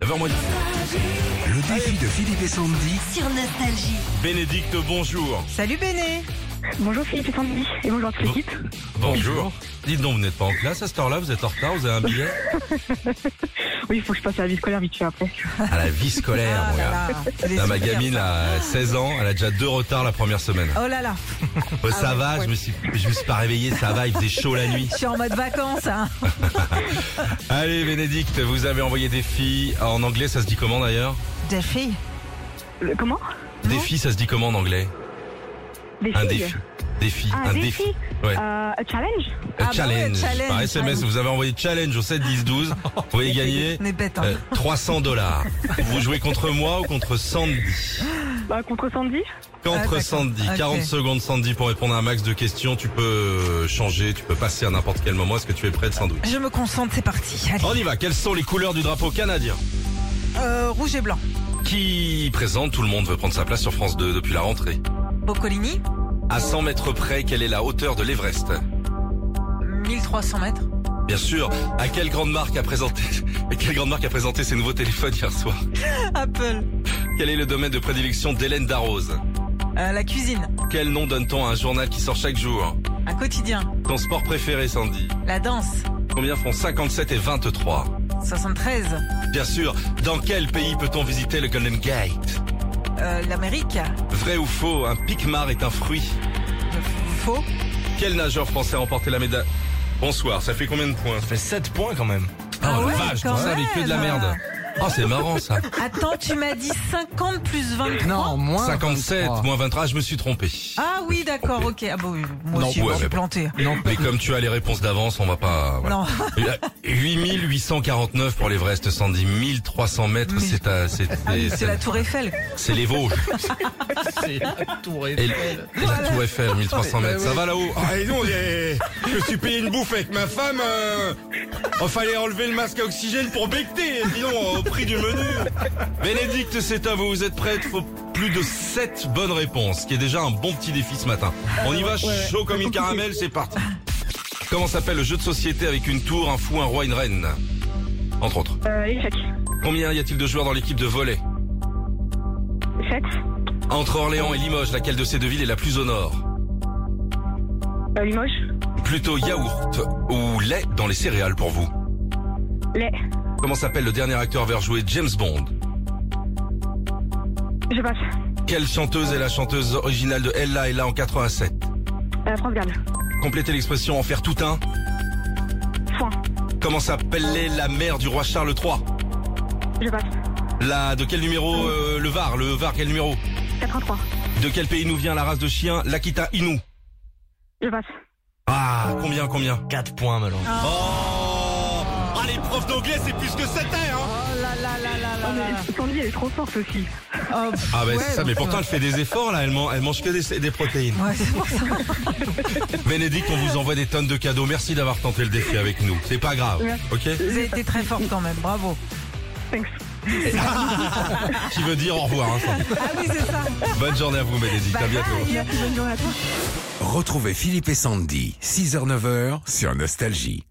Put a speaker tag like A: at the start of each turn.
A: 9h moins.
B: Le défi de Philippe et Sandy.
C: sur Nostalgie.
A: Bénédicte, bonjour.
D: Salut Béné
E: Bonjour Philippe et Sandy, et bonjour toute l'équipe.
A: Bonjour. Dites donc, vous n'êtes pas en classe à cette heure-là, vous êtes en retard, vous avez un billet
E: Oui, il faut que je passe à la vie scolaire vite fait après. Ah
A: À la vie scolaire,
D: Oh
A: mon gars. Là, ma gamine là, à 16 ans, elle a déjà deux retards la première semaine.
D: Oh là là,
A: Euh, ça
E: Ah,
D: ouais,
A: va,
D: ouais.
A: je me suis, je me suis pas réveillé, ça va, il faisait chaud la nuit.
D: je suis en mode vacances. Hein.
A: Allez, Bénédicte, vous avez envoyé des filles. Ah, En anglais, ça se dit comment d'ailleurs
D: Des filles.
E: Le- comment
A: Des filles, ça se dit comment en anglais
E: Des
A: Un
E: filles
A: défi. Défi,
E: Ah,
A: un
E: des
A: défi.
E: filles
A: Ouais.
E: Euh, un challenge
A: Euh,
D: Ah bah
A: challenge.
D: ouais, challenge,
A: Par SMS,
D: ouais.
A: vous avez envoyé challenge au 7 10 12. Vous pouvez gagner
D: On est bêtes. Hein.
A: euh, 300 dollars. Vous jouez contre moi ou contre Sandy
E: Bah, Contre Sandy
D: Ah,
A: Contre
D: d'accord.
A: Sandy.
D: Ok.
A: 40 secondes Sandy pour répondre à un max de questions. Tu peux euh, changer, tu peux passer à n'importe quel moment. Est-ce que tu es prête sans doute
D: Je me concentre, c'est parti. Allez.
A: On y va. Quelles sont les couleurs du drapeau canadien Oh.
D: Euh, rouge et blanc.
A: Qui présente Tout le monde veut prendre sa place sur France 2 depuis la rentrée.
D: Boccolini,
A: À 100 mètres près, quelle est la hauteur de l'Everest
D: 1300 mètres.
A: Bien sûr. À quelle grande marque a présenté et quelle grande marque a présenté ses nouveaux téléphones hier soir
D: Apple.
A: Quel est le domaine de prédilection d'Hélène Darroze
D: Euh, la cuisine,
A: Quel nom donne-t-on à un journal qui sort chaque jour
D: un quotidien.
A: Ton sport préféré, Sandy
D: La danse,
A: Combien font 57 et 23
D: 73.
A: Bien sûr, dans quel pays peut-on visiter le Golden Gate
D: Euh, L'Amérique,
A: Vrai ou faux, un pic-mar est un fruit
D: euh, faux.
A: Quel nageur français a remporté la médaille Bonsoir, ça fait combien de points
F: fait 7 points quand même.
D: Ah ouais, quand
A: ça avec que de la
D: même.
A: merde Oh, c'est marrant ça
D: Attends, tu m'as dit 50 plus 23.
A: Euh,
F: Non, moins.
A: 57 moins 23, je me suis trompé.
D: Ah oui, d'accord, ok. Ah bon, oui, moi
A: Non,
D: aussi, je
A: ouais,
D: me
A: mais
D: suis
A: bon.
D: planté.
A: Mais comme tu as les réponses d'avance, on va pas... voilà.
D: Non,
A: Euh, 8849 pour l'Everest, 110 1300 mètres,
D: Mais-
A: c'est à- c'est- Ah c'est-
D: Ah c'est la Tour Eiffel.
A: c'est les Vosges.
F: C'est la tour
A: Et, et la Tour Eiffel, 1300 mètres, ça va là-haut Ah, et non, les- je me suis payé une bouffe avec ma femme. euh, oh, fallait enlever le masque à oxygène pour becter, disons, au prix du menu. Bénédicte, c'est à vous, vous êtes prête Faut plus de 7 bonnes réponses, ce qui est déjà un bon petit défi ce matin. On y va, chaud comme une caramel, c'est parti. Comment s'appelle le jeu de société avec une tour, un fou, un roi, une reine Entre autres.
E: Euh, échec.
A: Combien y a-t-il de joueurs dans l'équipe de volley
E: Sept.
A: Entre Orléans et Limoges, laquelle de ces deux villes est la plus au nord
E: Euh, Limoges
A: Plutôt yaourt ou lait dans les céréales pour vous
E: Lait.
A: Comment s'appelle le dernier acteur à avoir joué James Bond
E: Je passe.
A: Quelle chanteuse est la chanteuse originale de Ella Ella en 87
E: Euh, France Gall.
A: Complétez l'expression en faire tout un.
E: Foin.
A: Comment s'appelait la mère du roi Charles III
E: Je passe.
A: La de quel numéro euh, le Var Le Var quel numéro
E: 83.
A: De quel pays nous vient la race de chien l'Akita Inu
E: Je passe.
A: Ah combien combien
F: 4 points malheureusement.
A: Oh Ah les profs d'anglais c'est plus que c'était hein
D: Oh là là là là
E: Oh,
D: là là.
E: mais Sandy, elle est trop forte aussi.
D: Oh, pff,
A: Ah ben
D: ouais,
A: c'est ça, Ah, mais
D: donc,
A: pourtant elle fait des efforts là, elle, man- elle mange que des, des protéines.
D: Ouais, c'est pour ça.
A: Bénédicte, on vous envoie des tonnes de cadeaux. Merci d'avoir tenté le défi avec nous. C'est pas grave,
E: Merci.
A: ok
D: Vous avez été très forte quand même, bravo.
E: Thanks.
A: Qui veut dire au revoir. hein, sans doute.
D: Ah oui, c'est ça.
A: Bonne journée à vous, Bénédicte. À bientôt.
D: "Ah,
B: Retrouvez Philippe et Sandy, 6h-9h sur Nostalgie.